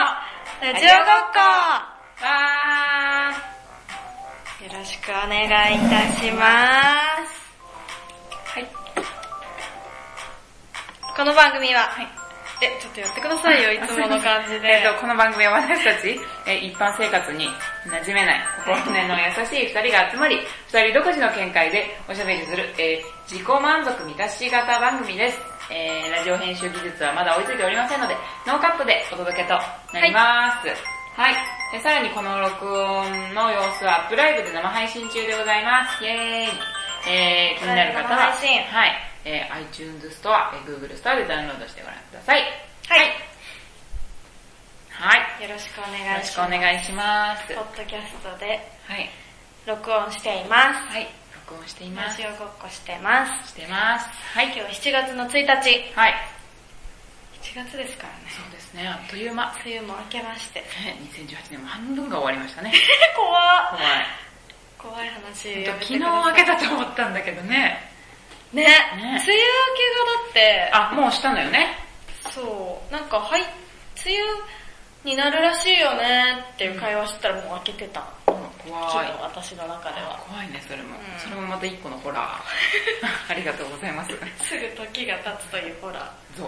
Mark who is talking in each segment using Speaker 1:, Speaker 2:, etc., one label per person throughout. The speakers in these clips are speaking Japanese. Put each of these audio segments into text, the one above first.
Speaker 1: ラ
Speaker 2: ラ
Speaker 1: ジ
Speaker 2: ジ
Speaker 1: オ
Speaker 2: オ
Speaker 1: ご
Speaker 2: ご
Speaker 1: っ
Speaker 2: っ
Speaker 1: こ
Speaker 2: こ
Speaker 1: わーよろしくお願いいたします。
Speaker 2: はい。
Speaker 1: この番組は、え、ちょっとやってくださいよ、いつもの感じで
Speaker 2: えっ。と、この番組は私たち、えー一般生活に馴染めない、心骨の優しい二人が集まり、二人独自の見解でおしゃべりする、えー自己満足満たし型番組です。えーラジオ編集技術はまだ追いついておりませんので、ノーカットでお届けとなります。はい。でさらにこの録音の様子はアップライブで生配信中でございます。イェーイ。えー、気になる方は、
Speaker 1: 生配信
Speaker 2: はい。えー iTunes ストア、えー Google ストアでダウンロードしてご覧ください。
Speaker 1: はい。
Speaker 2: はい。
Speaker 1: よろしくお
Speaker 2: よ
Speaker 1: 願
Speaker 2: ろ
Speaker 1: い
Speaker 2: し
Speaker 1: し
Speaker 2: くお
Speaker 1: ます。
Speaker 2: 願いします。
Speaker 1: ポ
Speaker 2: は
Speaker 1: ッドキャストで
Speaker 2: い。
Speaker 1: 録音しています。
Speaker 2: はい。録音していま
Speaker 1: ラ
Speaker 2: す。
Speaker 1: ジオごっこしてます。
Speaker 2: してます。はい。
Speaker 1: 今日7月の1日。
Speaker 2: はい。
Speaker 1: 7月ですからね。
Speaker 2: そうですね。あっという間。
Speaker 1: 冬も明けま して。
Speaker 2: ね2018年も半分が終わりましたね。
Speaker 1: 怖っ
Speaker 2: 怖い。
Speaker 1: 怖い話
Speaker 2: えっと
Speaker 1: やめ
Speaker 2: 昨
Speaker 1: て
Speaker 2: 日
Speaker 1: くださ
Speaker 2: 明
Speaker 1: い
Speaker 2: けたと思ったんだけどね。
Speaker 1: ね梅雨明けがだっ
Speaker 2: あ、もうしたのよね。
Speaker 1: て、そう、なんか、はい、梅雨になるらしいよねっていう会話してたらもう明けてた。
Speaker 2: 怖い。
Speaker 1: 昨日私の中では。
Speaker 2: 怖いね、それも。
Speaker 1: ん
Speaker 2: それもまた一個のホラー。 ありがとうございます。
Speaker 1: すぐ時が経つというホラー。
Speaker 2: そう。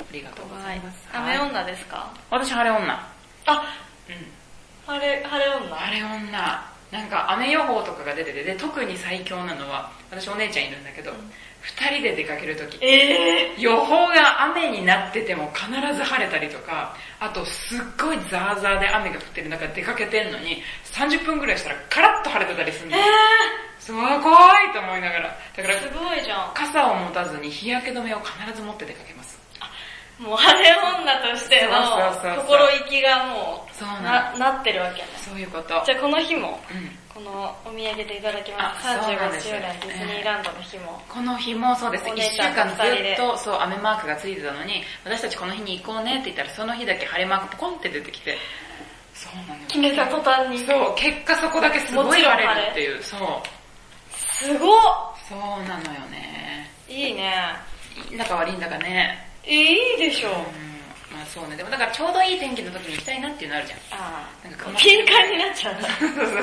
Speaker 2: ありがとうございます。
Speaker 1: 雨
Speaker 2: はい
Speaker 1: 女ですか
Speaker 2: 私、晴れ女。
Speaker 1: あ、
Speaker 2: うん。
Speaker 1: 晴れ、晴れ女
Speaker 2: あれ女、なんか雨予報とかが出てて、で、特に最強なのは、私お姉ちゃんいるんだけど、二、人で出かけるとき、
Speaker 1: え
Speaker 2: 予報が雨になってても必ず晴れたりとか、あとすっごいザーザーで雨が降ってる中出かけてんのに、30分ぐらいしたらカラッと晴れてたりする
Speaker 1: ー、
Speaker 2: の
Speaker 1: え。
Speaker 2: すごい怖いと思いながら。だから
Speaker 1: ー、、すごいじゃん。
Speaker 2: 傘を持たずに日焼け止めを必ず持って出かけます。
Speaker 1: もう晴れ女としての
Speaker 2: そうそうそうそう
Speaker 1: 心意気がも
Speaker 2: そう
Speaker 1: う
Speaker 2: な
Speaker 1: ななってるわけね。
Speaker 2: そういうこと。
Speaker 1: じゃあこの日も、
Speaker 2: うん。
Speaker 1: このお土産でいただきます。
Speaker 2: あそうなんで
Speaker 1: 35
Speaker 2: す
Speaker 1: 周
Speaker 2: よ
Speaker 1: 年ディズニーランドの日も。
Speaker 2: この日もそうです。
Speaker 1: お
Speaker 2: 一
Speaker 1: 姉
Speaker 2: 週
Speaker 1: ちゃんと
Speaker 2: 間
Speaker 1: 二
Speaker 2: ず
Speaker 1: 人
Speaker 2: っ
Speaker 1: で
Speaker 2: と、そう、雨マークがついてたのに、私たちこの日に行こうねって言ったら、その日だけ晴れマークポコンって出てきて、そうなのよ。
Speaker 1: 決めた途端に。
Speaker 2: そう、結果そこだけすごい晴れるっていう、そう。
Speaker 1: すごっ
Speaker 2: そうなのよね。
Speaker 1: いいね。
Speaker 2: いいんだか悪いんだかね。
Speaker 1: えいいでしょ。
Speaker 2: うん。まあそうね。でもだからちょうどいい天気の時に行きたいなっていうのあるじゃん。
Speaker 1: ああ
Speaker 2: なんかこの
Speaker 1: 敏感になっちゃうな。
Speaker 2: そうそうそう、もう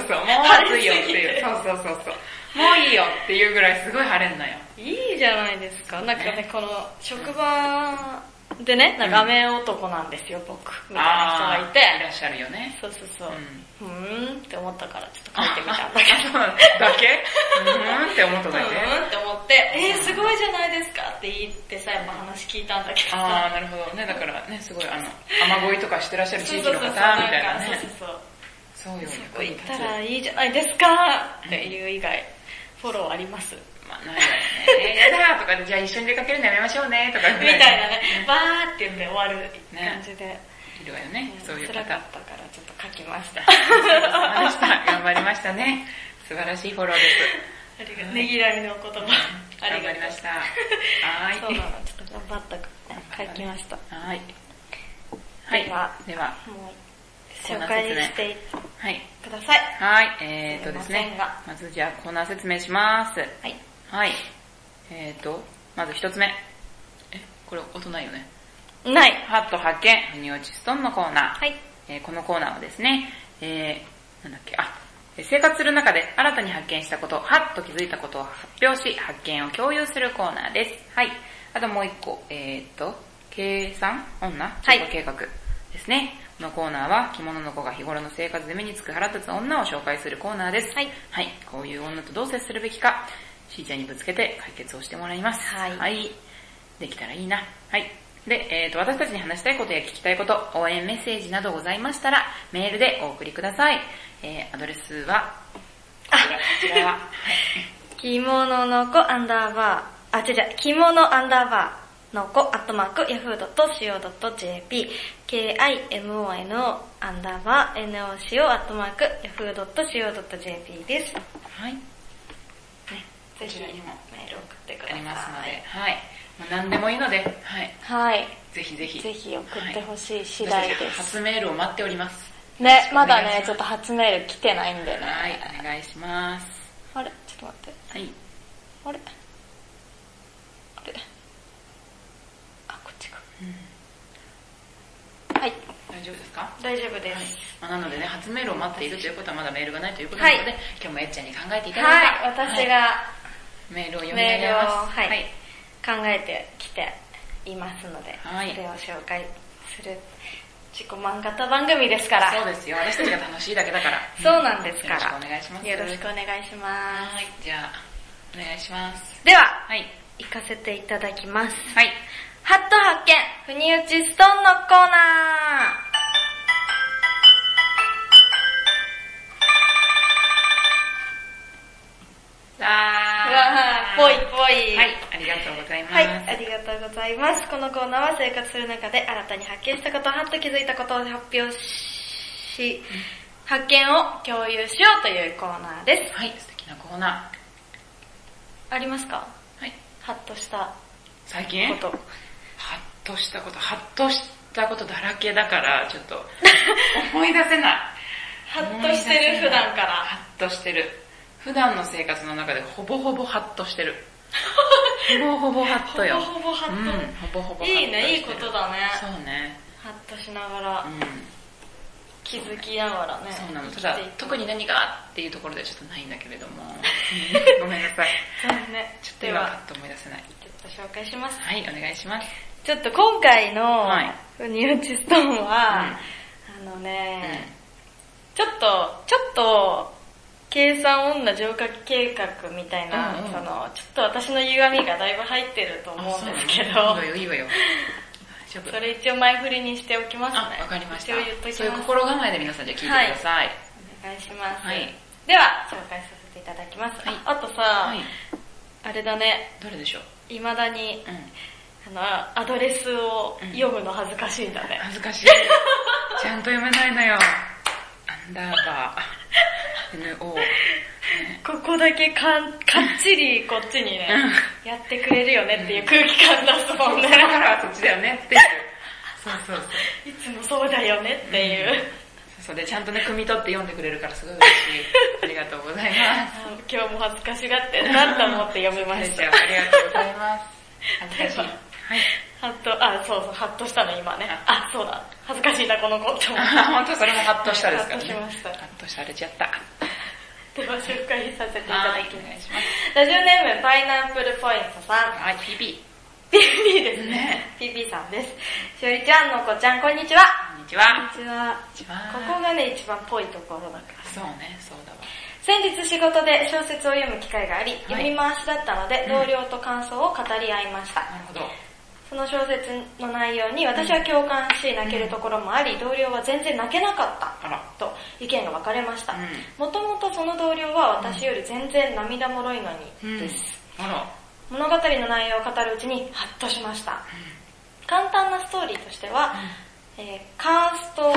Speaker 2: 暑いよってい う。そうそうそうそう。もういいよっていうぐらいすごい晴れんのよ。
Speaker 1: いいじゃないですか。なんかね、この職場でね、なんか雨男なんですよ、僕。みたいな人がいて
Speaker 2: あーいらっしゃるよね。
Speaker 1: そうそうそう。
Speaker 2: うん
Speaker 1: ふーんって思ったから、ちょっと書いてみたんだ
Speaker 2: あ
Speaker 1: け
Speaker 2: そう
Speaker 1: ど。
Speaker 2: なんだだけうーんって思った
Speaker 1: う
Speaker 2: だけ。
Speaker 1: ーんって思って、えー、すごいじゃないですかって言ってさ、やっぱ話聞いたんだけど
Speaker 2: あ
Speaker 1: さ。
Speaker 2: ー、なるほど。ね、だからね、すごい、あの、雨乞いとかしてらっしゃる地
Speaker 1: そうそ
Speaker 2: 域の
Speaker 1: うそう
Speaker 2: 方、
Speaker 1: そう、
Speaker 2: み
Speaker 1: なん
Speaker 2: たいな
Speaker 1: か、そう
Speaker 2: ね
Speaker 1: そ。うそう。
Speaker 2: そうよ、
Speaker 1: そ
Speaker 2: 役
Speaker 1: こ
Speaker 2: に
Speaker 1: 行っ
Speaker 2: 立つ。
Speaker 1: たらいいじゃないですかっていう以外、フォローあります
Speaker 2: まあ、ないよね。えー、やだーとかで、じゃあ一緒に出かけるのやめましょうね、とか
Speaker 1: み
Speaker 2: ぐ
Speaker 1: た
Speaker 2: ら
Speaker 1: いなね、バーって言って終わる
Speaker 2: ね
Speaker 1: 感じで、
Speaker 2: いるわよね
Speaker 1: う、ん
Speaker 2: そういう
Speaker 1: 辛か
Speaker 2: 方
Speaker 1: っ。たからちょっと書きました。
Speaker 2: 頑張りました。頑張りましたね。素晴らしいフォローです。
Speaker 1: ありがとうねぎらいのお言葉、あ
Speaker 2: 頑
Speaker 1: り
Speaker 2: 張
Speaker 1: が
Speaker 2: り
Speaker 1: と
Speaker 2: ました。は
Speaker 1: う。そう
Speaker 2: ーい
Speaker 1: な。の、ちょっと頑張ったからね、書きました。も
Speaker 2: はーい。はい。
Speaker 1: では
Speaker 2: では、
Speaker 1: う、
Speaker 2: こん
Speaker 1: 紹
Speaker 2: な
Speaker 1: 介
Speaker 2: 説明
Speaker 1: して
Speaker 2: はい。
Speaker 1: ください。
Speaker 2: はい、えーとです
Speaker 1: すい
Speaker 2: ね
Speaker 1: ま。
Speaker 2: まずじゃあコーナー説明します。
Speaker 1: はい。
Speaker 2: はい。えーと、まず一つ目。え、これ音ないよね。
Speaker 1: ない。
Speaker 2: ハット発見、ふに落ちストンのコーナー。
Speaker 1: はい。
Speaker 2: えーこのコーナーはですね、えー、なんだっけ、あ、えー生活する中で新たに発見したこと、はっと気づいたことを発表し、発見を共有するコーナーです。はい。あともう一個、えーっと、計算女
Speaker 1: い
Speaker 2: 調査計画ですね。このコーナーは、着物の子が日頃の生活で目につく腹立つ女を紹介するコーナーです。
Speaker 1: はい。
Speaker 2: はい。こういう女とどう接するべきか、しーちゃんにぶつけて解決をしてもらいます。
Speaker 1: はい
Speaker 2: はい。できたらいいな。はい。で、えっ、と、私たちに話したいことや聞きたいこと、応援メッセージなどございましたら、メールでお送りください。えー、アドレスは、こちらこちらは、
Speaker 1: 着物の子アンダーバー、あ、違う違う、着物アンダーバーの子、アットマーク、yahoo.co.jp、k-i-m-o-n-o アンダーバー、n-o-c-o アットマーク、yahoo.co.jp です。
Speaker 2: はい。
Speaker 1: ぜひ、
Speaker 2: こち
Speaker 1: メ
Speaker 2: らにも
Speaker 1: ール送ってくだ
Speaker 2: あ
Speaker 1: さい。
Speaker 2: りますので、はい。もう何でもいいので、はい。
Speaker 1: はい。
Speaker 2: ぜひぜひ。
Speaker 1: ぜひ送ってほしい次
Speaker 2: 次
Speaker 1: 第
Speaker 2: 第
Speaker 1: で
Speaker 2: です。
Speaker 1: す。
Speaker 2: 初メールを待っております。
Speaker 1: ね、まだ
Speaker 2: お願いし
Speaker 1: ね
Speaker 2: ま、す
Speaker 1: ちょっと初メール来てないんでね。
Speaker 2: はい、お願いします。
Speaker 1: あれちょっと待って。
Speaker 2: はい。
Speaker 1: あれあれあ、こっちか。はい。
Speaker 2: はい。大丈夫ですか
Speaker 1: 大丈夫です。
Speaker 2: まあなのでね、初メールを待っているということはまだメールがないということな
Speaker 1: は
Speaker 2: の
Speaker 1: い
Speaker 2: で、今日もえっちゃんに考えていただ
Speaker 1: はいい、
Speaker 2: た、
Speaker 1: 私
Speaker 2: は
Speaker 1: が
Speaker 2: いメールを読み上
Speaker 1: メー
Speaker 2: げ
Speaker 1: ルを、
Speaker 2: ます。
Speaker 1: はい
Speaker 2: はい
Speaker 1: 考えてきていますので、
Speaker 2: はい
Speaker 1: それを紹介する自己漫画と番組ですから。。
Speaker 2: そうですよ、私たちが楽しいだけだから
Speaker 1: そうなんですから。
Speaker 2: よろしくお願いします。
Speaker 1: よろしくお願いしま
Speaker 2: はい、じゃあ、お願いします。
Speaker 1: す。では、
Speaker 2: はい。
Speaker 1: 行かせていただきます。
Speaker 2: はい。
Speaker 1: ハット発見、ふにうちストーンのコーナー。うわ
Speaker 2: あ
Speaker 1: ー、ぽいぽい。
Speaker 2: はい、ありがとうございます。
Speaker 1: はい、ありがとうございます。このコーナーは生活する中で新たに発見したこと、はっと気づいたことを発表し、発見を共有しようというコーナーです。
Speaker 2: はい、素敵なコーナ
Speaker 1: ありますか
Speaker 2: ー。はい。
Speaker 1: ハッとした
Speaker 2: 最近
Speaker 1: こと。
Speaker 2: ハッとしたこと、ハッとしたことだらけだから、ちょっと、思い出せない。
Speaker 1: ハッとしてる普段から。
Speaker 2: ハッとしてる。普段の生活の中でほぼほぼハッとしてる。ほぼほぼハッとよ。
Speaker 1: ほぼほぼハッと
Speaker 2: うん、ほぼほぼハッとしてる。
Speaker 1: いいね、いいことだね。
Speaker 2: そうね。
Speaker 1: ハッとしながら
Speaker 2: う、ん。
Speaker 1: 気づきながらね。
Speaker 2: そうなの。ただ
Speaker 1: 生きてい、く
Speaker 2: 特に何かっていうところではちょっとないんだけれ ども。ごめんなさい。
Speaker 1: そうね。
Speaker 2: ちょっと
Speaker 1: で
Speaker 2: 今パ
Speaker 1: は、
Speaker 2: ッと思い出せない。
Speaker 1: ちょっと紹介します。
Speaker 2: はい、お願いします。
Speaker 1: ちょっと今回の
Speaker 2: はい、
Speaker 1: ふにうちストーンは、あの
Speaker 2: うん。
Speaker 1: ね、ちょっと、ちょっと、計算女浄化計画みたいな、
Speaker 2: うんうん
Speaker 1: その、ちょっと私の歪みがだいぶ入ってると思うんですけ
Speaker 2: あ
Speaker 1: ど
Speaker 2: そうなの、いいわよ、いい わよ。大丈夫。
Speaker 1: それ一応前振りにしておきますね。
Speaker 2: あ、わかりました
Speaker 1: 一応言っと。き
Speaker 2: そういう
Speaker 1: ます。
Speaker 2: 心構えで皆さんじゃ聞いてください。
Speaker 1: お願いします。
Speaker 2: はい
Speaker 1: では、紹介させていただきます。
Speaker 2: はい
Speaker 1: ああとさ、
Speaker 2: はい。
Speaker 1: あれだね、
Speaker 2: どれでしょう
Speaker 1: 未だに、
Speaker 2: うん。
Speaker 1: あの、アドレスを読むの恥ずかしいんだね。
Speaker 2: 恥ずかしい。ちゃんと読めないのよ。アンダーバー、NO。
Speaker 1: ここだけかん、かっちりこっちにね、やってくれるよねっていう空気感出すもんね。
Speaker 2: だからそっちだよねっていう。そうそうそう。
Speaker 1: いつもそうだよねっていう、
Speaker 2: そうで、ちゃんとね、汲み取って読んでくれるからすごい嬉しい。ありがとうございます。
Speaker 1: あの今日も恥ずかしがってんなと思って読みま
Speaker 2: れ
Speaker 1: し
Speaker 2: ちゃ
Speaker 1: た
Speaker 2: ん、あ。りがとうございます。恥ずかしい。はい。
Speaker 1: はっと、あ、そうそう、ハッとしたの今ね
Speaker 2: あ。
Speaker 1: あ、そうだ。恥ずかしいな、この子って思っ
Speaker 2: あ、本当それもハッとしたですからね。
Speaker 1: ハッとしました
Speaker 2: ハッとしたれちゃった。
Speaker 1: て。では、紹介させていただ
Speaker 2: はい、
Speaker 1: き
Speaker 2: お
Speaker 1: ま
Speaker 2: 願い
Speaker 1: す。
Speaker 2: します。
Speaker 1: ラジオネーム、パイナップルポイントさん。
Speaker 2: はい、PB。
Speaker 1: ピーピーですね。
Speaker 2: ね。
Speaker 1: ピーピーさんです。しおりちゃん、のこちゃん、こんにちは。
Speaker 2: こんにちは。
Speaker 1: こんにちは。
Speaker 2: こんにちは
Speaker 1: ここがね、一番ぽいところだから。
Speaker 2: そうね、そうだわ。
Speaker 1: 先日仕事で小説を読む機会があり、読み回しだったので、
Speaker 2: うん
Speaker 1: 同僚と感想を語り合いました。
Speaker 2: なるほど。
Speaker 1: その小説の内容に私は共感し泣けるところもあり、同僚は全然泣けなかった。
Speaker 2: あら。
Speaker 1: と意見が分かれました
Speaker 2: うん。
Speaker 1: もともとその同僚は私より全然涙もろいのにです。
Speaker 2: あら。
Speaker 1: 物語の内容を語るうちにハッとしました。簡単なストーリーとしては、えーカースト、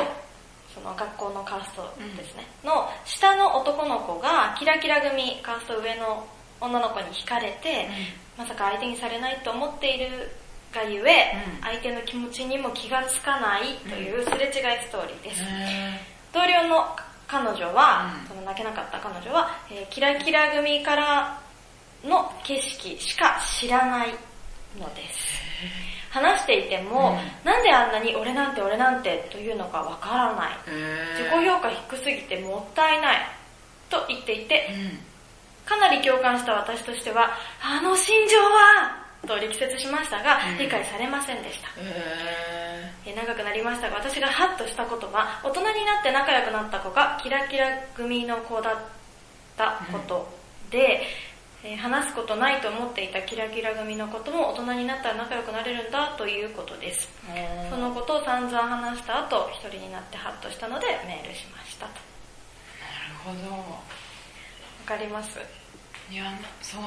Speaker 1: その学校のカーストですね、の下の男の子がキラキラ組、カースト上の女の子に惹かれて、まさか相手にされないと思っているがゆえ、
Speaker 2: うん
Speaker 1: 相手の気持ちにも気がつかないというすれ違いストーリーです。
Speaker 2: へ
Speaker 1: 同僚の彼女は、
Speaker 2: うん
Speaker 1: その泣けなかった彼女は、えーキラキラ組からの景色しか知らないのです。話していても、
Speaker 2: う
Speaker 1: なんであんなに俺なんて俺なんてというのかわからない。
Speaker 2: ーへー
Speaker 1: 自己評価低すぎてもったいない。と言っていて、
Speaker 2: うん。
Speaker 1: かなり共感した私としては、あの心情はと力説しましたが
Speaker 2: う、ん
Speaker 1: 理解されませんでした。
Speaker 2: へ
Speaker 1: えー長くなりましたが私がハッとしたことは大人になって仲良くなった子がキラキラ組の子だったことで、えー話すことないと思っていたキラキラ組のことも大人になったら仲良くなれるんだということです、
Speaker 2: ー
Speaker 1: そのことを散々話した後一人になってハッとしたのでメールしましたとわ
Speaker 2: なるほど。
Speaker 1: かります
Speaker 2: いや、そう、うん、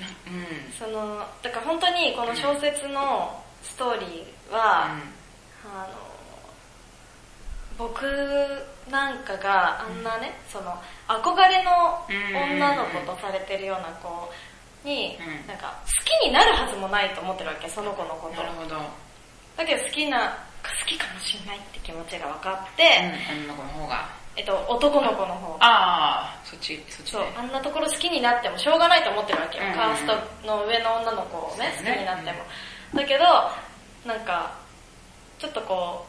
Speaker 2: なうん。
Speaker 1: そのだから本当にこの小説のストーリーは、あの僕なんかがあんなね、その憧れの女の子とされてるような子に、
Speaker 2: うん
Speaker 1: なんか好きになるはずもないと思ってるわけその子のこ
Speaker 2: うん、
Speaker 1: と
Speaker 2: なるほど。うん、
Speaker 1: だけど好きな好きかもしれないって気持ちが分かって、
Speaker 2: 女の子の方が。
Speaker 1: えっと、男の子の方
Speaker 2: ああ、そっち、そっち
Speaker 1: そ
Speaker 2: ね
Speaker 1: うあんなところ好きになってもしょうがないと思ってるわけよ、
Speaker 2: うんうんうん
Speaker 1: カーストの上の女の子をね
Speaker 2: そ
Speaker 1: 好
Speaker 2: う
Speaker 1: き
Speaker 2: ね
Speaker 1: になっても、だけどなんかちょっとこ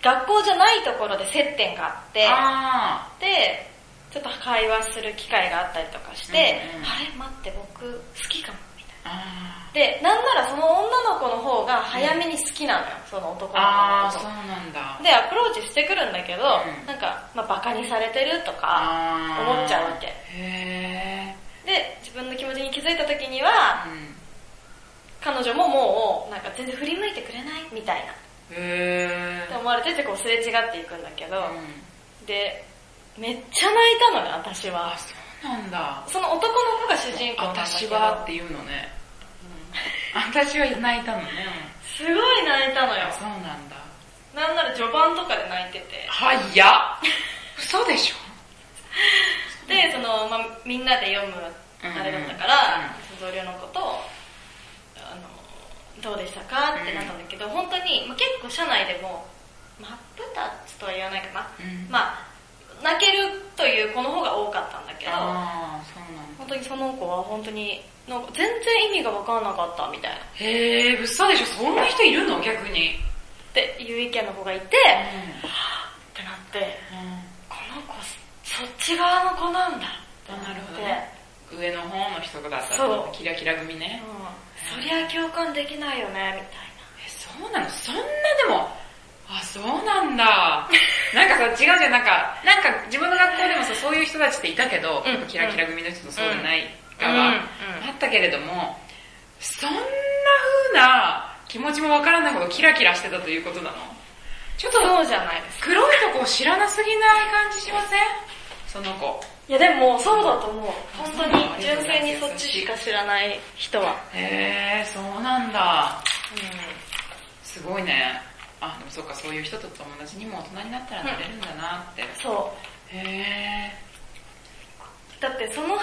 Speaker 1: う学校じゃないところで接点があって、
Speaker 2: あ
Speaker 1: で、ちょっと会話する機会があったりとかして、
Speaker 2: うんうん
Speaker 1: あれ待って、僕好きかも、みたい
Speaker 2: ーあ
Speaker 1: な。で、なんならその女の子の方が早めに好きなのよ、その男
Speaker 2: ー
Speaker 1: の子の
Speaker 2: あー、
Speaker 1: こ
Speaker 2: そう
Speaker 1: と。
Speaker 2: なんだ。
Speaker 1: で、アプローチしてくるんだけど、
Speaker 2: うん
Speaker 1: なんか、まあ、バカにされてるとか、
Speaker 2: あー
Speaker 1: 思っちゃうわけ
Speaker 2: へ
Speaker 1: で、自分の気持ちに気づいた時には
Speaker 2: ー。、うん
Speaker 1: 彼女ももう、なんか全然振り向いてくれないみたいな。
Speaker 2: へ
Speaker 1: っ
Speaker 2: ー
Speaker 1: て思われてて、こうすれ違っていくんだけど、
Speaker 2: うん
Speaker 1: で、めっちゃ泣いたのね、私は
Speaker 2: あ、。そうなんだ。
Speaker 1: その男の子が主人公なんだけ
Speaker 2: 私
Speaker 1: ど。
Speaker 2: はって言うのね。うん私は泣いたのね。
Speaker 1: すごい泣いたのよ
Speaker 2: あ。そうなんだ。
Speaker 1: なんなら序盤とかで泣いてて。
Speaker 2: はいや。 嘘でしょ
Speaker 1: で、その、まあ、みんなで読むあれだったか
Speaker 2: うん
Speaker 1: ら、同僚の子と、あの、どうでしたかってなったんだけど、本当に、まあ、結構社内でも、真っ二つとは言わないかな。
Speaker 2: うん
Speaker 1: まあ、泣けるという子の方が多かったんだけど、
Speaker 2: あー、そうなんだ。
Speaker 1: 本当にその子は本当に、なんか全然意味がわかんなかったみたいな。
Speaker 2: へー、嘘でしょそんな人いるの逆に。
Speaker 1: っていう意見の子がいて、
Speaker 2: う
Speaker 1: っ
Speaker 2: ん
Speaker 1: てなって、
Speaker 2: うん
Speaker 1: この子、そっち側の子なんだってな
Speaker 2: な
Speaker 1: っ
Speaker 2: るほ
Speaker 1: て
Speaker 2: ど、ね。上の方の人だった
Speaker 1: そう
Speaker 2: キラキラ組ね。
Speaker 1: うん、そりゃ共感できないよね、みたいな。
Speaker 2: え、そうなのそんなでも、あ、そうなんだ。 なんかさ、違うじゃん、なんか、なんか自分の学校でもさ、そういう人たちっていたけど、
Speaker 1: うん
Speaker 2: やっぱキラキラ組の人とそうじゃない側、
Speaker 1: うんうん
Speaker 2: あったけれども、そんな風な気持ちもわからないほどキラキラしてたということなのちょっと、
Speaker 1: そうじゃないですか。
Speaker 2: 黒いとこを知らなすぎない感じしませんその子。
Speaker 1: いやでも、そうだと思う。本当に
Speaker 2: あ、そう
Speaker 1: 純粋にそっちしか知らない人は。
Speaker 2: へー、そうなんだ。
Speaker 1: う
Speaker 2: すごいね。あ、でもそうか、そういう人と友達にも大人になったらなれるんだなって。
Speaker 1: ん、そ
Speaker 2: へ
Speaker 1: う。だってその話、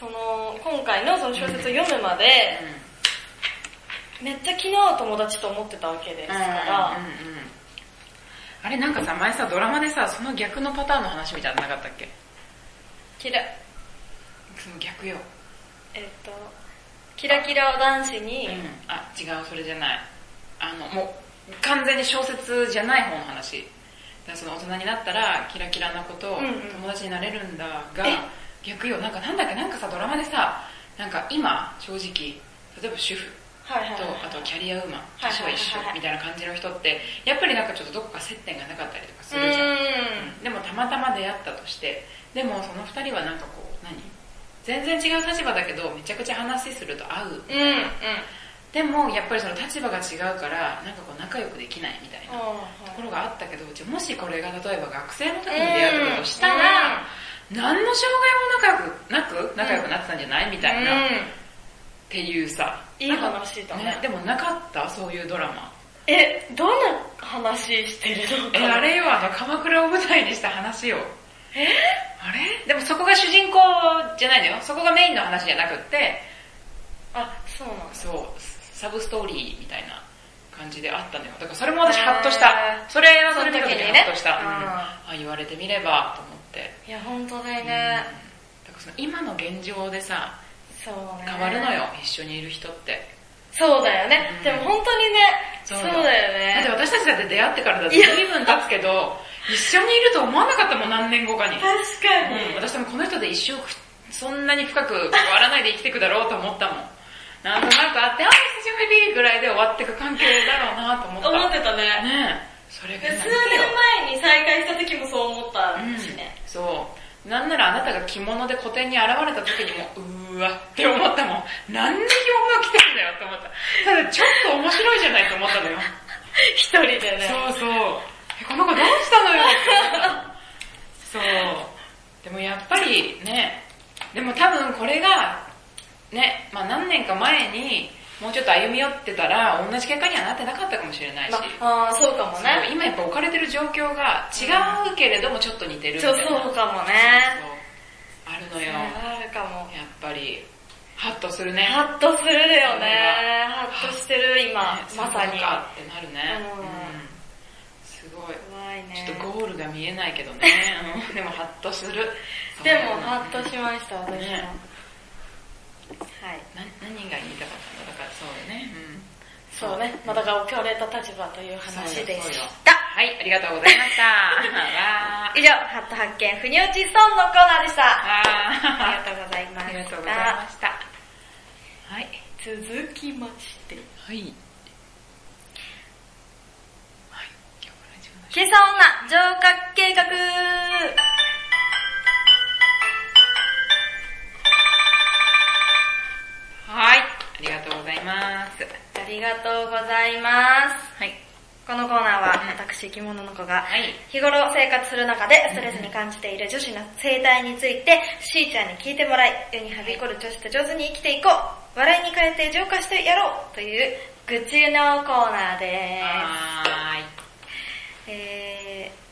Speaker 1: その、今回のその小説を読むまで
Speaker 2: ー。、うん
Speaker 1: めっちゃ昨日友達と思ってたわけですから、
Speaker 2: うんうんうん、あれなんかさ、前さ、ドラマでさ、その逆のパターンの話みたいなのなかったっけ
Speaker 1: キラ、
Speaker 2: その逆よ。
Speaker 1: えっと、キラキラ男子に、
Speaker 2: うん。あ、違う、それじゃない。あの、もう、完全に小説じゃない方の話。だからその大人になったら、キラキラなこと、
Speaker 1: うんうん
Speaker 2: 友達になれるんだが
Speaker 1: え、
Speaker 2: 逆よ。なんかなんだっけ、なんかさ、ドラマでさ、なんか今、正直、例えば主婦
Speaker 1: はいはいはい
Speaker 2: と、あとキャリアウーマン、
Speaker 1: はいはいはいはい
Speaker 2: 私は一緒みたいな感じの人って、やっぱりなんかちょっとどこか接点がなかったりとかす
Speaker 1: う
Speaker 2: るじゃん。
Speaker 1: ん。
Speaker 2: でもたまたま出会ったとして、でもその二人はなんかこう、何全然違う立場だけど、めちゃくちゃ話すると合うみ
Speaker 1: うん、う
Speaker 2: たい
Speaker 1: ん
Speaker 2: な。。でもやっぱりその立場が違うから、なんかこう仲良くできないみたいなところがあったけど、じゃあもしこれが例えば学生の時に出会ったとしたら、何の障害も仲良く、なく仲良くなってたんじゃないみたいな、っ
Speaker 1: うん
Speaker 2: ていうさ。
Speaker 1: いい話だね
Speaker 2: なんかでもなかったそういうドラマ。
Speaker 1: え、どんな話してるの
Speaker 2: え、
Speaker 1: かな
Speaker 2: あれよ、あの、鎌倉を舞台にした話よ。
Speaker 1: え
Speaker 2: あれでもそこが主人公じゃないのよ。そこがメインの話じゃなくって、
Speaker 1: あ、そうなんだ。
Speaker 2: そう、サブストーリーみたいな感じであったのよ。だからそれも私
Speaker 1: へー
Speaker 2: ハッとした。それはそれ見た時
Speaker 1: その時
Speaker 2: に
Speaker 1: にね
Speaker 2: ハッとした。うん
Speaker 1: うん
Speaker 2: あ、言われてみればと思って。
Speaker 1: いや、本当だよ
Speaker 2: うんだ
Speaker 1: ね。
Speaker 2: からその今の現状でさ、
Speaker 1: そうね。
Speaker 2: 変わるのよ、一緒にいる人って。
Speaker 1: そうだよね
Speaker 2: う。ん
Speaker 1: でも本当にね、そうだ
Speaker 2: だって
Speaker 1: よね。
Speaker 2: 私たちだって出会ってからだって
Speaker 1: いや
Speaker 2: 随分経つけど、一緒にいると思わなかったもん、何年後かに。
Speaker 1: 確か
Speaker 2: うん、私多分この人で一生そんなに深く変わらないで生きていくだろうと思ったもん。なんとなくあって、あ、久しぶりぐらいで終わっていく関係だろうなと思った。
Speaker 1: 思ってたね。
Speaker 2: ねえ、それ
Speaker 1: で
Speaker 2: が
Speaker 1: 数
Speaker 2: 今
Speaker 1: 年前に再会した時もそう思ったしね。
Speaker 2: そう。なんならあなたが着物で古典に現れた時にも、うーわって思ったもん。なんで着物着てるんだよって思った。ただちょっと面白いじゃないと思ったのよ。
Speaker 1: 一人でね。
Speaker 2: そうそう。えこの子どうしたのよって思ったそう。でもやっぱりね、でも多分これが、ね、まあ何年か前に、もうちょっと歩み寄ってたら、同じ結果にはなってなかったかもしれないし。
Speaker 1: まあ、あーそうかも
Speaker 2: そう
Speaker 1: ね。
Speaker 2: 今やっぱ置かれてる状況が違うけれどもちょっと似てるみ
Speaker 1: そ
Speaker 2: たいうな。
Speaker 1: そうかも
Speaker 2: そ
Speaker 1: ね。
Speaker 2: うあるの
Speaker 1: それ
Speaker 2: よ。や
Speaker 1: はあるかも。
Speaker 2: っぱり、ハッとするね。
Speaker 1: ハッとするよ
Speaker 2: それ
Speaker 1: ね。ハッとしてる、今
Speaker 2: ね、
Speaker 1: まさに
Speaker 2: そう。かってなるね。
Speaker 1: うん
Speaker 2: うんすごい。
Speaker 1: 怖いね
Speaker 2: ちょ。っとゴールが見えないけど ね。うんでもハッとする。
Speaker 1: でも、ハッと
Speaker 2: る。
Speaker 1: しました、私も。
Speaker 2: ね
Speaker 1: はい。
Speaker 2: な何が言いたかったのだからそうだね。うん
Speaker 1: そうね。まあ、だから置かれた立場という話で
Speaker 2: そうよそう
Speaker 1: し
Speaker 2: よ
Speaker 1: た。
Speaker 2: はい、ありがとうございま した。わ
Speaker 1: 以上、ハット発見、ふに落ち損のコーナーでした。あ
Speaker 2: ー
Speaker 1: りがとうございま
Speaker 2: あ
Speaker 1: した。
Speaker 2: りがとうございました。はい。
Speaker 1: 続きまして、
Speaker 2: はい。はい。今日もラジオの
Speaker 1: 計算女、浄化計画
Speaker 2: はい。ありがとうございます。
Speaker 1: ありがとうございます。
Speaker 2: はい。
Speaker 1: このコーナーは
Speaker 2: うん
Speaker 1: 私、生き物の子が
Speaker 2: はい
Speaker 1: 日頃生活する中でストレスに感じている女子の生態について、しーちゃんに聞いてもらい、世にはびこる女子と上手に生きていこう、笑いに変えて浄化してやろうという愚痴のコーナーで
Speaker 2: はーい。
Speaker 1: す。えー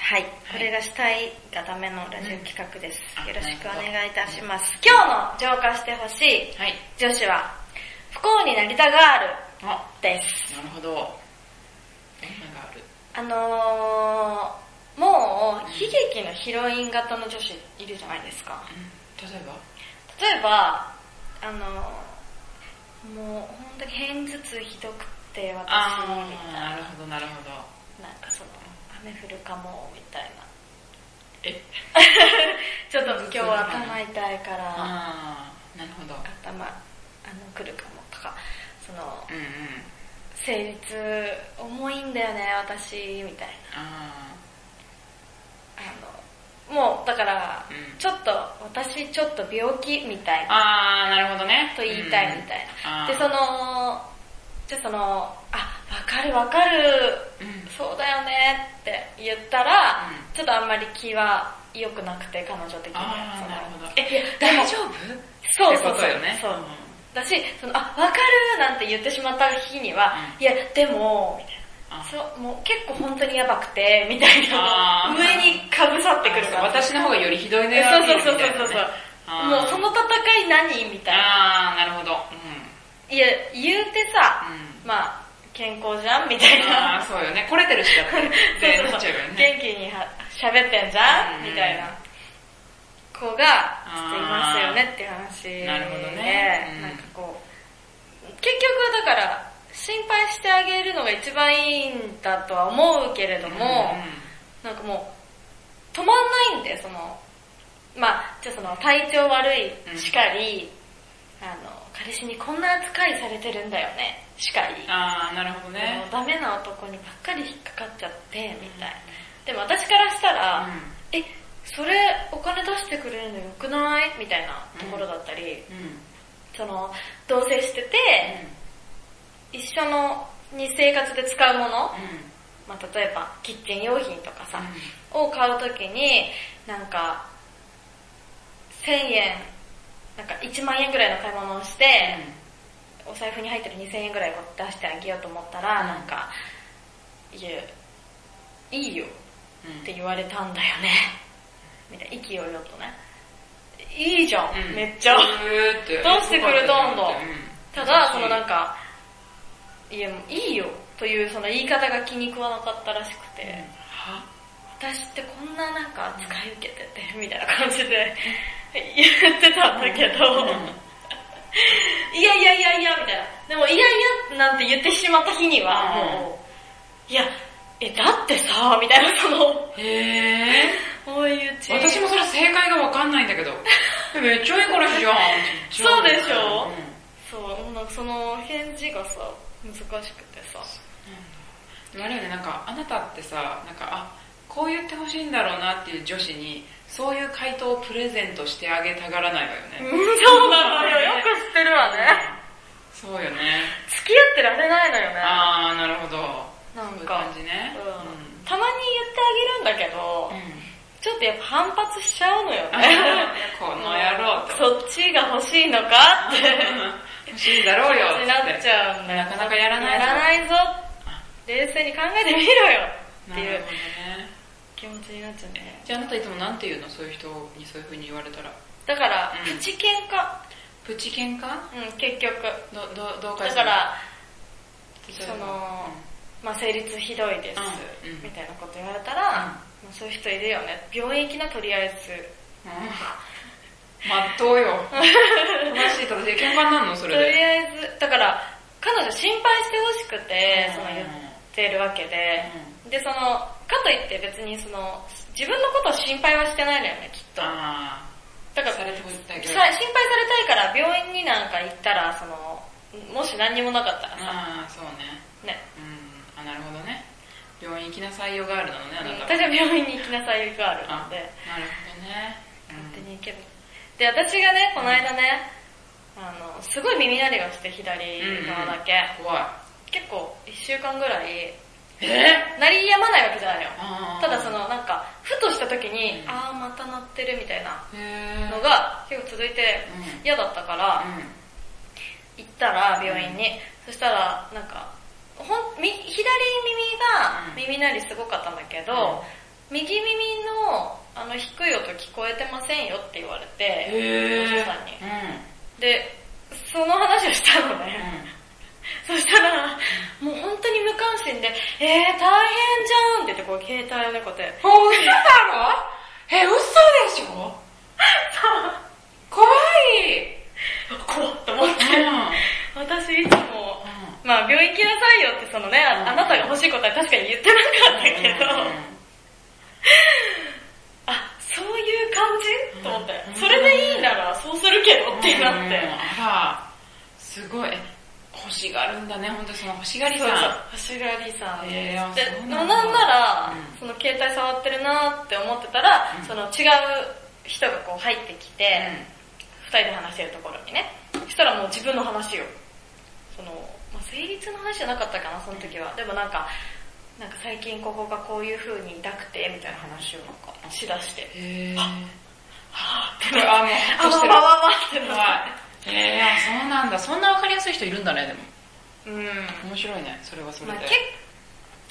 Speaker 1: はい、これがしたいがためのラジオ企画です。
Speaker 2: うん
Speaker 1: よろしくお願いいたします。今日の浄化してほしい
Speaker 2: はい。
Speaker 1: 女子は、不幸になりたがる
Speaker 2: あ、
Speaker 1: です。
Speaker 2: なるほど。えなんかある。
Speaker 1: あのー、もう悲劇のヒロイン型の女子いるじゃないですか。
Speaker 2: うん。例えば
Speaker 1: 例えば、あのー、もう本当に偏頭痛ひどくて私、み
Speaker 2: あー、
Speaker 1: たいな。
Speaker 2: なるほど、なるほど。
Speaker 1: なんかその、雨降るかも、みたいな。
Speaker 2: え
Speaker 1: ちょっと今日は頭痛いから、
Speaker 2: あー、なるほど。
Speaker 1: 頭、あの、来るかも、とか、その、
Speaker 2: うんうん。
Speaker 1: 生理痛重いんだよね、私、みたいな。
Speaker 2: あ
Speaker 1: あの、もう、だから、
Speaker 2: うん
Speaker 1: ちょっと、私ちょっと病気みたい
Speaker 2: ー。
Speaker 1: な、
Speaker 2: あー、なるほどね。
Speaker 1: と言いたいみたいな。で、そ
Speaker 2: の、
Speaker 1: の、じゃあその、あ、わかるわかる、
Speaker 2: うん
Speaker 1: そうだよねって言ったら、ちょっとあんまり気は良くなくて、彼女的には。
Speaker 2: あ
Speaker 1: そ
Speaker 2: ー、
Speaker 1: の
Speaker 2: なるほど。
Speaker 1: いや
Speaker 2: え、
Speaker 1: でも
Speaker 2: 大丈夫
Speaker 1: そうそう
Speaker 2: ってこ
Speaker 1: そ
Speaker 2: と
Speaker 1: う
Speaker 2: よね。
Speaker 1: そう
Speaker 2: うん
Speaker 1: だし、その、あ、わかるなんて言ってしまった日には、
Speaker 2: う
Speaker 1: いや、でも、みたいな。
Speaker 2: あ
Speaker 1: そう、もう結構本当にやばくて、みたい
Speaker 2: あ
Speaker 1: な。
Speaker 2: ー
Speaker 1: 上にかぶさってくるから。
Speaker 2: 私の方がよりひどいね。
Speaker 1: そうそうそうそうそう。
Speaker 2: あー
Speaker 1: もうその戦い何みたいな。
Speaker 2: あー、なるほど。う
Speaker 1: いや、言うてさ、
Speaker 2: ん。うん。
Speaker 1: まあ、健康じゃんみたい
Speaker 2: あ
Speaker 1: な。
Speaker 2: あ、そうよね。来れてるしだ って。
Speaker 1: そう
Speaker 2: な
Speaker 1: そう
Speaker 2: っち
Speaker 1: そ
Speaker 2: ゃ
Speaker 1: う
Speaker 2: うよね。
Speaker 1: 元気には喋ってんじゃん
Speaker 2: うん
Speaker 1: みたいな子が、ちょっといますよねっていう話で。
Speaker 2: なるほどねうん
Speaker 1: なんかこう、結局だから、心配してあげるのが一番いいんだとは思うけれども、なんかもう、止まんないんで、その、まあじゃあその、体調悪
Speaker 2: うん
Speaker 1: い、しかり、あの、彼氏にこんな扱いされてるんだよね、しかり。
Speaker 2: ああ、なるほどね
Speaker 1: もう。ダメな男にばっかり引っかかっちゃって、みたいな。でも私からしたら、
Speaker 2: う
Speaker 1: え、それお金出してくれるのよくないみたいなところだったり、
Speaker 2: ん。うん。
Speaker 1: その、同棲してて、一緒の、に生活で使うもの、まあ例えばキッチン用品とかさ、を買うときに、なんか、1000円、なんか1万円ぐらいの買い物をして、お財布に入ってる2000円ぐらいを出してあげようと思ったら、
Speaker 2: うん
Speaker 1: なんか、いや、いいよ
Speaker 2: うん。
Speaker 1: って言われたんだよね。みたいな、意気揚々とね。いいじゃん、
Speaker 2: うん
Speaker 1: めっちゃ。
Speaker 2: うーって
Speaker 1: どうしてくるどんどんただ、そのなん
Speaker 2: か、
Speaker 1: か、いや、もういいよというその言い方が気に食わなかったらしくて、
Speaker 2: うんは
Speaker 1: 私ってこんななんか扱い受けてて、みたいな感じ で言ってたんだけど、いやいやいやいや、みたいな。でも、いやいや、なんて言ってしまった日には、
Speaker 2: うん
Speaker 1: もう、いや、え、だってさ、みたいな、その、
Speaker 2: へえ。
Speaker 1: 追い打ち。
Speaker 2: 私もそれ正解がわかんないんだ けど。えめっちゃいい彼氏じゃん。
Speaker 1: そうでしょ
Speaker 2: うん
Speaker 1: そう、もうなんかその返事がさ、難しくて さ。
Speaker 2: でもあれよね、なんか、あなたってさ、なんか、あ、こう言ってほしいんだろうなっていう女子に、そういう回答をプレゼントしてあげたがらないわよ
Speaker 1: うん
Speaker 2: ね。
Speaker 1: そうなのよ、よく知ってるわね。
Speaker 2: そうよね。
Speaker 1: 付き合ってられないのよね。
Speaker 2: あー、なるほど。
Speaker 1: なんか
Speaker 2: そういう感じね。
Speaker 1: うんたまに言ってあげるんだけど
Speaker 2: う、ん。
Speaker 1: ちょっとやっぱ反発しちゃうのよ
Speaker 2: あ
Speaker 1: ね。
Speaker 2: この野郎って。
Speaker 1: そっちが欲しいのかって。
Speaker 2: 欲しいんだろうよ
Speaker 1: になっちゃうんだよ
Speaker 2: なかなかやらないぞ
Speaker 1: やらないぞ冷静に考えてみろよ
Speaker 2: な
Speaker 1: っ
Speaker 2: る
Speaker 1: て
Speaker 2: ほ
Speaker 1: い
Speaker 2: ど
Speaker 1: う
Speaker 2: ね。
Speaker 1: 気持ちになっちゃうね
Speaker 2: じゃああなたいつもなんて言うのそういう人にそういう風に言われたら。
Speaker 1: だから、
Speaker 2: うん
Speaker 1: プチ喧嘩
Speaker 2: プチ喧嘩
Speaker 1: うん結局
Speaker 2: ど、ど、どうか
Speaker 1: だ
Speaker 2: し
Speaker 1: か
Speaker 2: た
Speaker 1: ら
Speaker 2: 例
Speaker 1: そ
Speaker 2: えば
Speaker 1: の、まあ成立ひどいです、
Speaker 2: うんうん
Speaker 1: みたいなこと言われたら、
Speaker 2: うん
Speaker 1: まあそういう人いるよね病院行きなとりあえず
Speaker 2: うんまっとうよ。 マジで正しい。喧嘩になんのそ
Speaker 1: と
Speaker 2: れ
Speaker 1: り
Speaker 2: で。
Speaker 1: あえずだから彼女心配してほしくて、その言ってるわけで、で、その、かといって別にその、自分のことを心配はしてないのよね、きっと。
Speaker 2: あ
Speaker 1: だから
Speaker 2: あ、されてもいったけ
Speaker 1: さ
Speaker 2: ど
Speaker 1: 心。配されたいから病院になんか行ったら、その、もし何にもなかったらさ、
Speaker 2: ああ、そうね。
Speaker 1: ね。
Speaker 2: うん。あ、なるほどね。病院行きなさいよガールなのね、あなたは。
Speaker 1: 私は病院に行きなさいがある
Speaker 2: あ
Speaker 1: ので、
Speaker 2: なるほどね。
Speaker 1: 勝手
Speaker 2: うん
Speaker 1: に行けば。で、私がね、この間ね、あの、すごい耳鳴りがして、左側だけ。
Speaker 2: 怖い。
Speaker 1: 結構、一週間ぐらい、
Speaker 2: え
Speaker 1: 鳴り止まないわけじゃないのよ。
Speaker 2: た
Speaker 1: ただそ、の、なんか、ふとした時に、
Speaker 2: うん
Speaker 1: あー、また鳴ってるみたいな
Speaker 2: へー
Speaker 1: のが結構続いて
Speaker 2: うん
Speaker 1: 嫌だったから、行ったら病院に、そしたらなんか、ほんみ左耳
Speaker 2: う
Speaker 1: が
Speaker 2: ん
Speaker 1: 耳鳴りすごかったんだけど、右耳のあの低い音聞こえてませんよって言われ
Speaker 2: うん。
Speaker 1: て、
Speaker 2: へ
Speaker 1: お医
Speaker 2: ぇ
Speaker 1: 者さんにで、その話をしたのね。そしたら、もう本当に無関心で、えー、大変じゃんって言ってこう携帯をねこうやって、
Speaker 2: うん。うん。嘘だろえ、嘘でしょ怖い
Speaker 1: 怖っと思って、私いつも、まあ病院行きなさいよってそのね、あ
Speaker 2: うん
Speaker 1: あなたが欲しいことは確かに言ってなかったけど、あ、そういう感じと思って
Speaker 2: う、ん
Speaker 1: それでいいならそうするけどってなっ
Speaker 2: うん
Speaker 1: て、
Speaker 2: あら、すごい。え欲しがるんだね、本当にその欲しがりさ
Speaker 1: そ
Speaker 2: ん
Speaker 1: う。そう、星がりさん
Speaker 2: へ
Speaker 1: で
Speaker 2: ーあ、そ
Speaker 1: で
Speaker 2: うな
Speaker 1: なんん
Speaker 2: だ
Speaker 1: なら
Speaker 2: うん、
Speaker 1: その携帯触ってるなって思ってたら
Speaker 2: うん、
Speaker 1: その違う人がこう入ってきて、二人で話してるところにね。そしたらもう自分の話よ。その、まあ、成立の話じゃなかったかな、その時は。でもなんか、なんか最近ここがこういう風に痛くて、みたいな話をなんかしだして。
Speaker 2: うん。へぇ
Speaker 1: あ
Speaker 2: あ、もう
Speaker 1: あ、
Speaker 2: ほっとしてる
Speaker 1: わ。わわって
Speaker 2: 怖
Speaker 1: なっ
Speaker 2: い。へぇそうなんだ。そんなわかりやすい人いるんだね、でも。
Speaker 1: て。うん。
Speaker 2: 面白いね、それはそれ
Speaker 1: まあ
Speaker 2: で。
Speaker 1: 結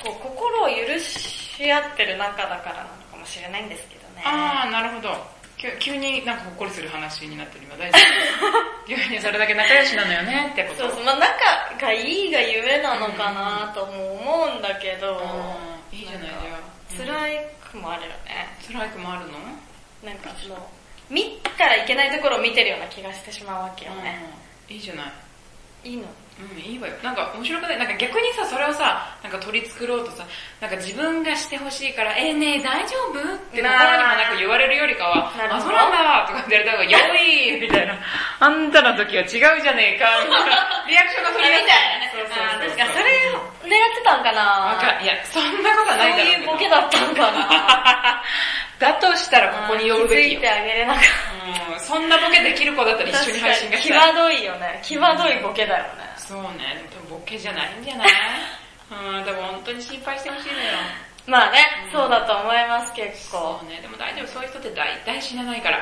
Speaker 1: 構心を許し合ってる仲だからなのかもしれないんですけどね。
Speaker 2: あー、なるほど。きゅ急になんかほっこりする話になってる今、大丈夫。急にそれだけ仲良しなのよねってこと。
Speaker 1: そうそう、まあ仲がいいがゆえなのかなとも思うんだけど、
Speaker 2: うんいいじゃないじゃあ。い。
Speaker 1: 辛いくもあるよね。
Speaker 2: 辛いくもあるの
Speaker 1: なんかその、見たらいけないところを見てるような気がしてしまうわけよね。
Speaker 2: うんいいじゃない。
Speaker 1: いいの
Speaker 2: うん、いいわよ。なんか面白くないなんか逆にさ、それをさ、なんか取り繕うとさ、なんか自分がしてほしいから、えー、ねえ、大丈夫って心にもなく言われるよりかは、
Speaker 1: なる
Speaker 2: あ、
Speaker 1: ほ
Speaker 2: そう
Speaker 1: ど
Speaker 2: なんだとかって言われた方が、よいみたいな。あんたの時は違うじゃねえかみたいな。リアクションがそれだ
Speaker 1: そうそう
Speaker 2: あー
Speaker 1: そう。確かにそ
Speaker 2: そう
Speaker 1: れを狙ってたんかな
Speaker 2: わかるいや、そんなこと
Speaker 1: そ
Speaker 2: は
Speaker 1: う
Speaker 2: ないだろ
Speaker 1: いう
Speaker 2: け
Speaker 1: う
Speaker 2: ど
Speaker 1: ボケだったんかな
Speaker 2: だとしたら ここに寄るべき
Speaker 1: 気づ
Speaker 2: よ
Speaker 1: い。てあげれなかっ
Speaker 2: うん、そんなボケできる子だったら
Speaker 1: た。
Speaker 2: 一緒に配信がした
Speaker 1: 際
Speaker 2: い。
Speaker 1: どいよね。際どいボケだよね。
Speaker 2: そうね、でも多分ボケじゃないんじゃないうん、でも本当に心配してほしいのよ。
Speaker 1: まあね、
Speaker 2: うん
Speaker 1: そうだと思います、結構
Speaker 2: そ。うね、でも大丈夫、そういう人って大体死なないから。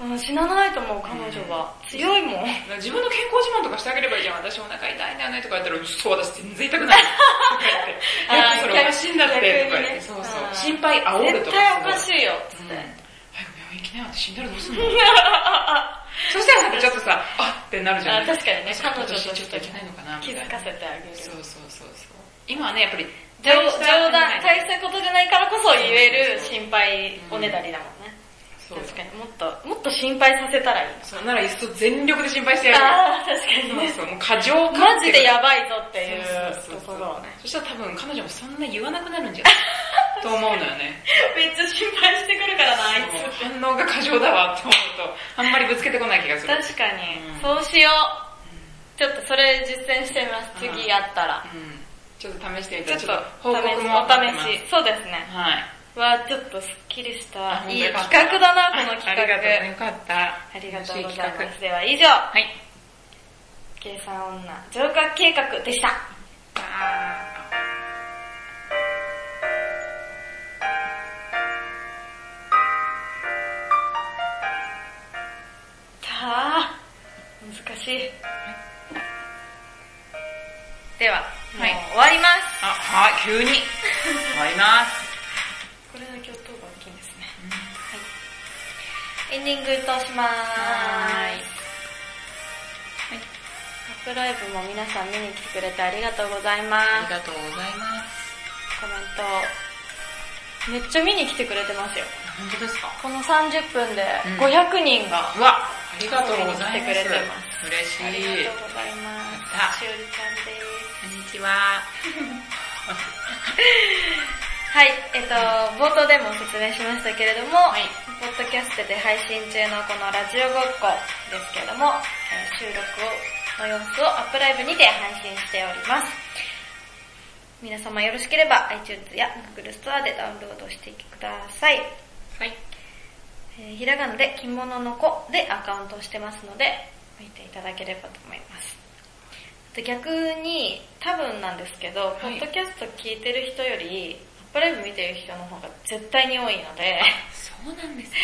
Speaker 1: うん、死なないと思う、彼女は。強いもん。
Speaker 2: 自分の健康自慢とかしてあげればいいじゃん。私お腹痛いんだよねとか言ったら、嘘、私全然痛くない。 とか言って。やっぱそれおかしいんだって、とか言って。
Speaker 1: 逆
Speaker 2: そ
Speaker 1: にね
Speaker 2: うそう
Speaker 1: う。ん
Speaker 2: 心配煽
Speaker 1: 絶
Speaker 2: るとか。
Speaker 1: 対おか
Speaker 2: い。
Speaker 1: しいよ、つ
Speaker 2: う
Speaker 1: っ
Speaker 2: ん。
Speaker 1: て。
Speaker 2: 早く病院行きなよって死んだらどうすんのそしたらさ、ちょっとさ、あってなるじゃ
Speaker 1: あ
Speaker 2: ん。
Speaker 1: 確かにね、
Speaker 2: そう
Speaker 1: 彼女と
Speaker 2: ちょっ
Speaker 1: ちょっと
Speaker 2: といけないのかな、み
Speaker 1: 気
Speaker 2: た
Speaker 1: づ
Speaker 2: いな
Speaker 1: か。せてあげる。
Speaker 2: そうそうそうそう。今はね、やっぱり、
Speaker 1: 冗冗談、大したことじゃないからこそ言える心配おねだりだもんね。
Speaker 2: そう
Speaker 1: 確かに、もっと、もっと心配させたらいい。
Speaker 2: そうならいっそ全力で心配してやる。
Speaker 1: ああ、確かに
Speaker 2: そう
Speaker 1: ね。
Speaker 2: そう、もう過剰感
Speaker 1: マジで
Speaker 2: っ
Speaker 1: やばいぞって
Speaker 2: て
Speaker 1: い
Speaker 2: いうう
Speaker 1: ところをね。
Speaker 2: そしたら多分彼女もそんな言わなくなるんじゃないと思うのよね。
Speaker 1: めっちゃ心配してくるからな、あい
Speaker 2: そう
Speaker 1: つ。
Speaker 2: 反応が過剰だわって思うと、あんまりぶつけてこない気がする。
Speaker 1: 確かに
Speaker 2: う、ん
Speaker 1: そうしよう。ちょっとそれ実践してみます、
Speaker 2: うん
Speaker 1: 次やったら。
Speaker 2: うん。ちょっと試してみ
Speaker 1: ち
Speaker 2: た
Speaker 1: ょ
Speaker 2: ら
Speaker 1: っ
Speaker 2: ち
Speaker 1: と
Speaker 2: ょっと報告も
Speaker 1: お試し。そうですね。
Speaker 2: はい。
Speaker 1: は、ちょっとスッキリした、
Speaker 2: あ
Speaker 1: いい企画だな、この企画。
Speaker 2: ありがとう、よかった。
Speaker 1: ありがとうご
Speaker 2: 楽し
Speaker 1: ざい
Speaker 2: 企
Speaker 1: ます。では以上、
Speaker 2: 画はい。
Speaker 1: 計算女浄化計画でした。さあ、難しい。では、
Speaker 2: はい
Speaker 1: もう終わります。
Speaker 2: あ、はい、急に。終わります。
Speaker 1: これだけ音が大きいんですね。はい。エンディング通しまー
Speaker 2: はーい
Speaker 1: す。アップライブも皆さん見に来てくれてありがとうございま
Speaker 2: あり
Speaker 1: す。
Speaker 2: がとうございます。
Speaker 1: コメント、めっちゃ見に来てくれてますよ。
Speaker 2: 本当ですか
Speaker 1: この30分で
Speaker 2: うん
Speaker 1: 500人が、
Speaker 2: うわ、ありがとうございます。
Speaker 1: 来てくれてま
Speaker 2: 嬉しい。
Speaker 1: ありがとうございます。
Speaker 2: やった
Speaker 1: しおりちゃんです。
Speaker 2: こんにちは。
Speaker 1: はい、えっと、冒頭でも説明しましたけれども、
Speaker 2: い
Speaker 1: ポッドキャストで配信中のこのラジオごっこですけれども、えー収録の様子をアップライブにて配信しております。皆様よろしければ iTunes や Google ストアでダウンロードしてください。
Speaker 2: はい。
Speaker 1: えーひらがなで着物の子でアカウントをしてますので、見ていただければと思います。あと逆に、多分なんですけど、
Speaker 2: い
Speaker 1: ポッドキャスト聞いてる人より、アップライブ見てる人の方が絶対に多いので、
Speaker 2: そうなんですね。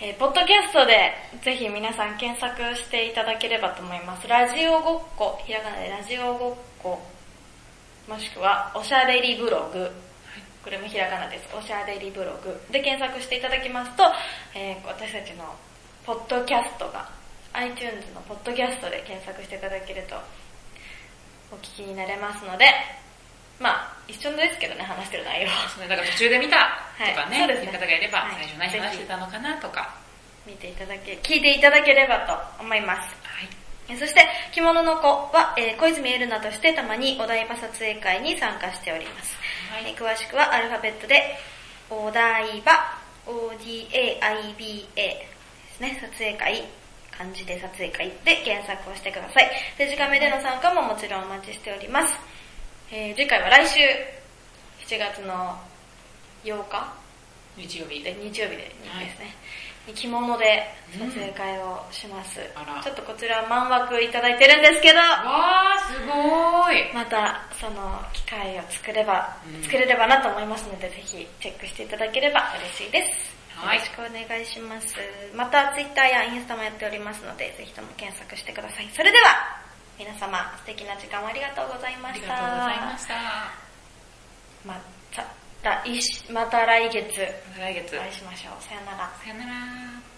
Speaker 1: えーポッドキャストでぜひ皆さん検索していただければと思います。ラジオごっこ、ひらがなでラジオごっこ、もしくはおしゃべりブログ、これもひらがなです。おしゃべりブログで検索していただきますと、えー私たちのポッドキャストが、iTunes のポッドキャストで検索していただけるとお聞きになれますので、まあ一緒ですけどね、話してる内容。
Speaker 2: そうねだから途中で見たとかね、
Speaker 1: はいそうです
Speaker 2: い
Speaker 1: ね
Speaker 2: う方がいれば
Speaker 1: は、い
Speaker 2: 最初何話してたのかなとか。
Speaker 1: 見ていただけ、聞いていただければと思います。
Speaker 2: はい。
Speaker 1: えそして、着物の子は、えー小泉エルナとしてたまにお台場撮影会に参加しております。
Speaker 2: はい
Speaker 1: えー詳しくはアルファベットで、お台場、ODAIBA ですね、撮影会、漢字で撮影会で検索をしてください。デジカメでの参加ももちろんお待ちしております。えー次回は来週、7月の8日
Speaker 2: 日曜日
Speaker 1: で
Speaker 2: で。
Speaker 1: 日曜日でですね、着物で撮影会をします、
Speaker 2: あら
Speaker 1: ちょっとこちら満枠いただいてるんですけど
Speaker 2: わー、すごーい。
Speaker 1: またその機会を作れば、
Speaker 2: うん
Speaker 1: 作れればなと思いますのでぜひチェックしていただければ嬉しいです
Speaker 2: はい
Speaker 1: よろしくお願いしますまたツイッターやインスタもやっておりますのでぜひとも検索してくださいそれでは皆様素敵な時間をありがとうございま
Speaker 2: あ
Speaker 1: し
Speaker 2: り
Speaker 1: た
Speaker 2: がとうございました。
Speaker 1: また来また来月
Speaker 2: また来月。
Speaker 1: お会いしましょうさよなら
Speaker 2: さよなら。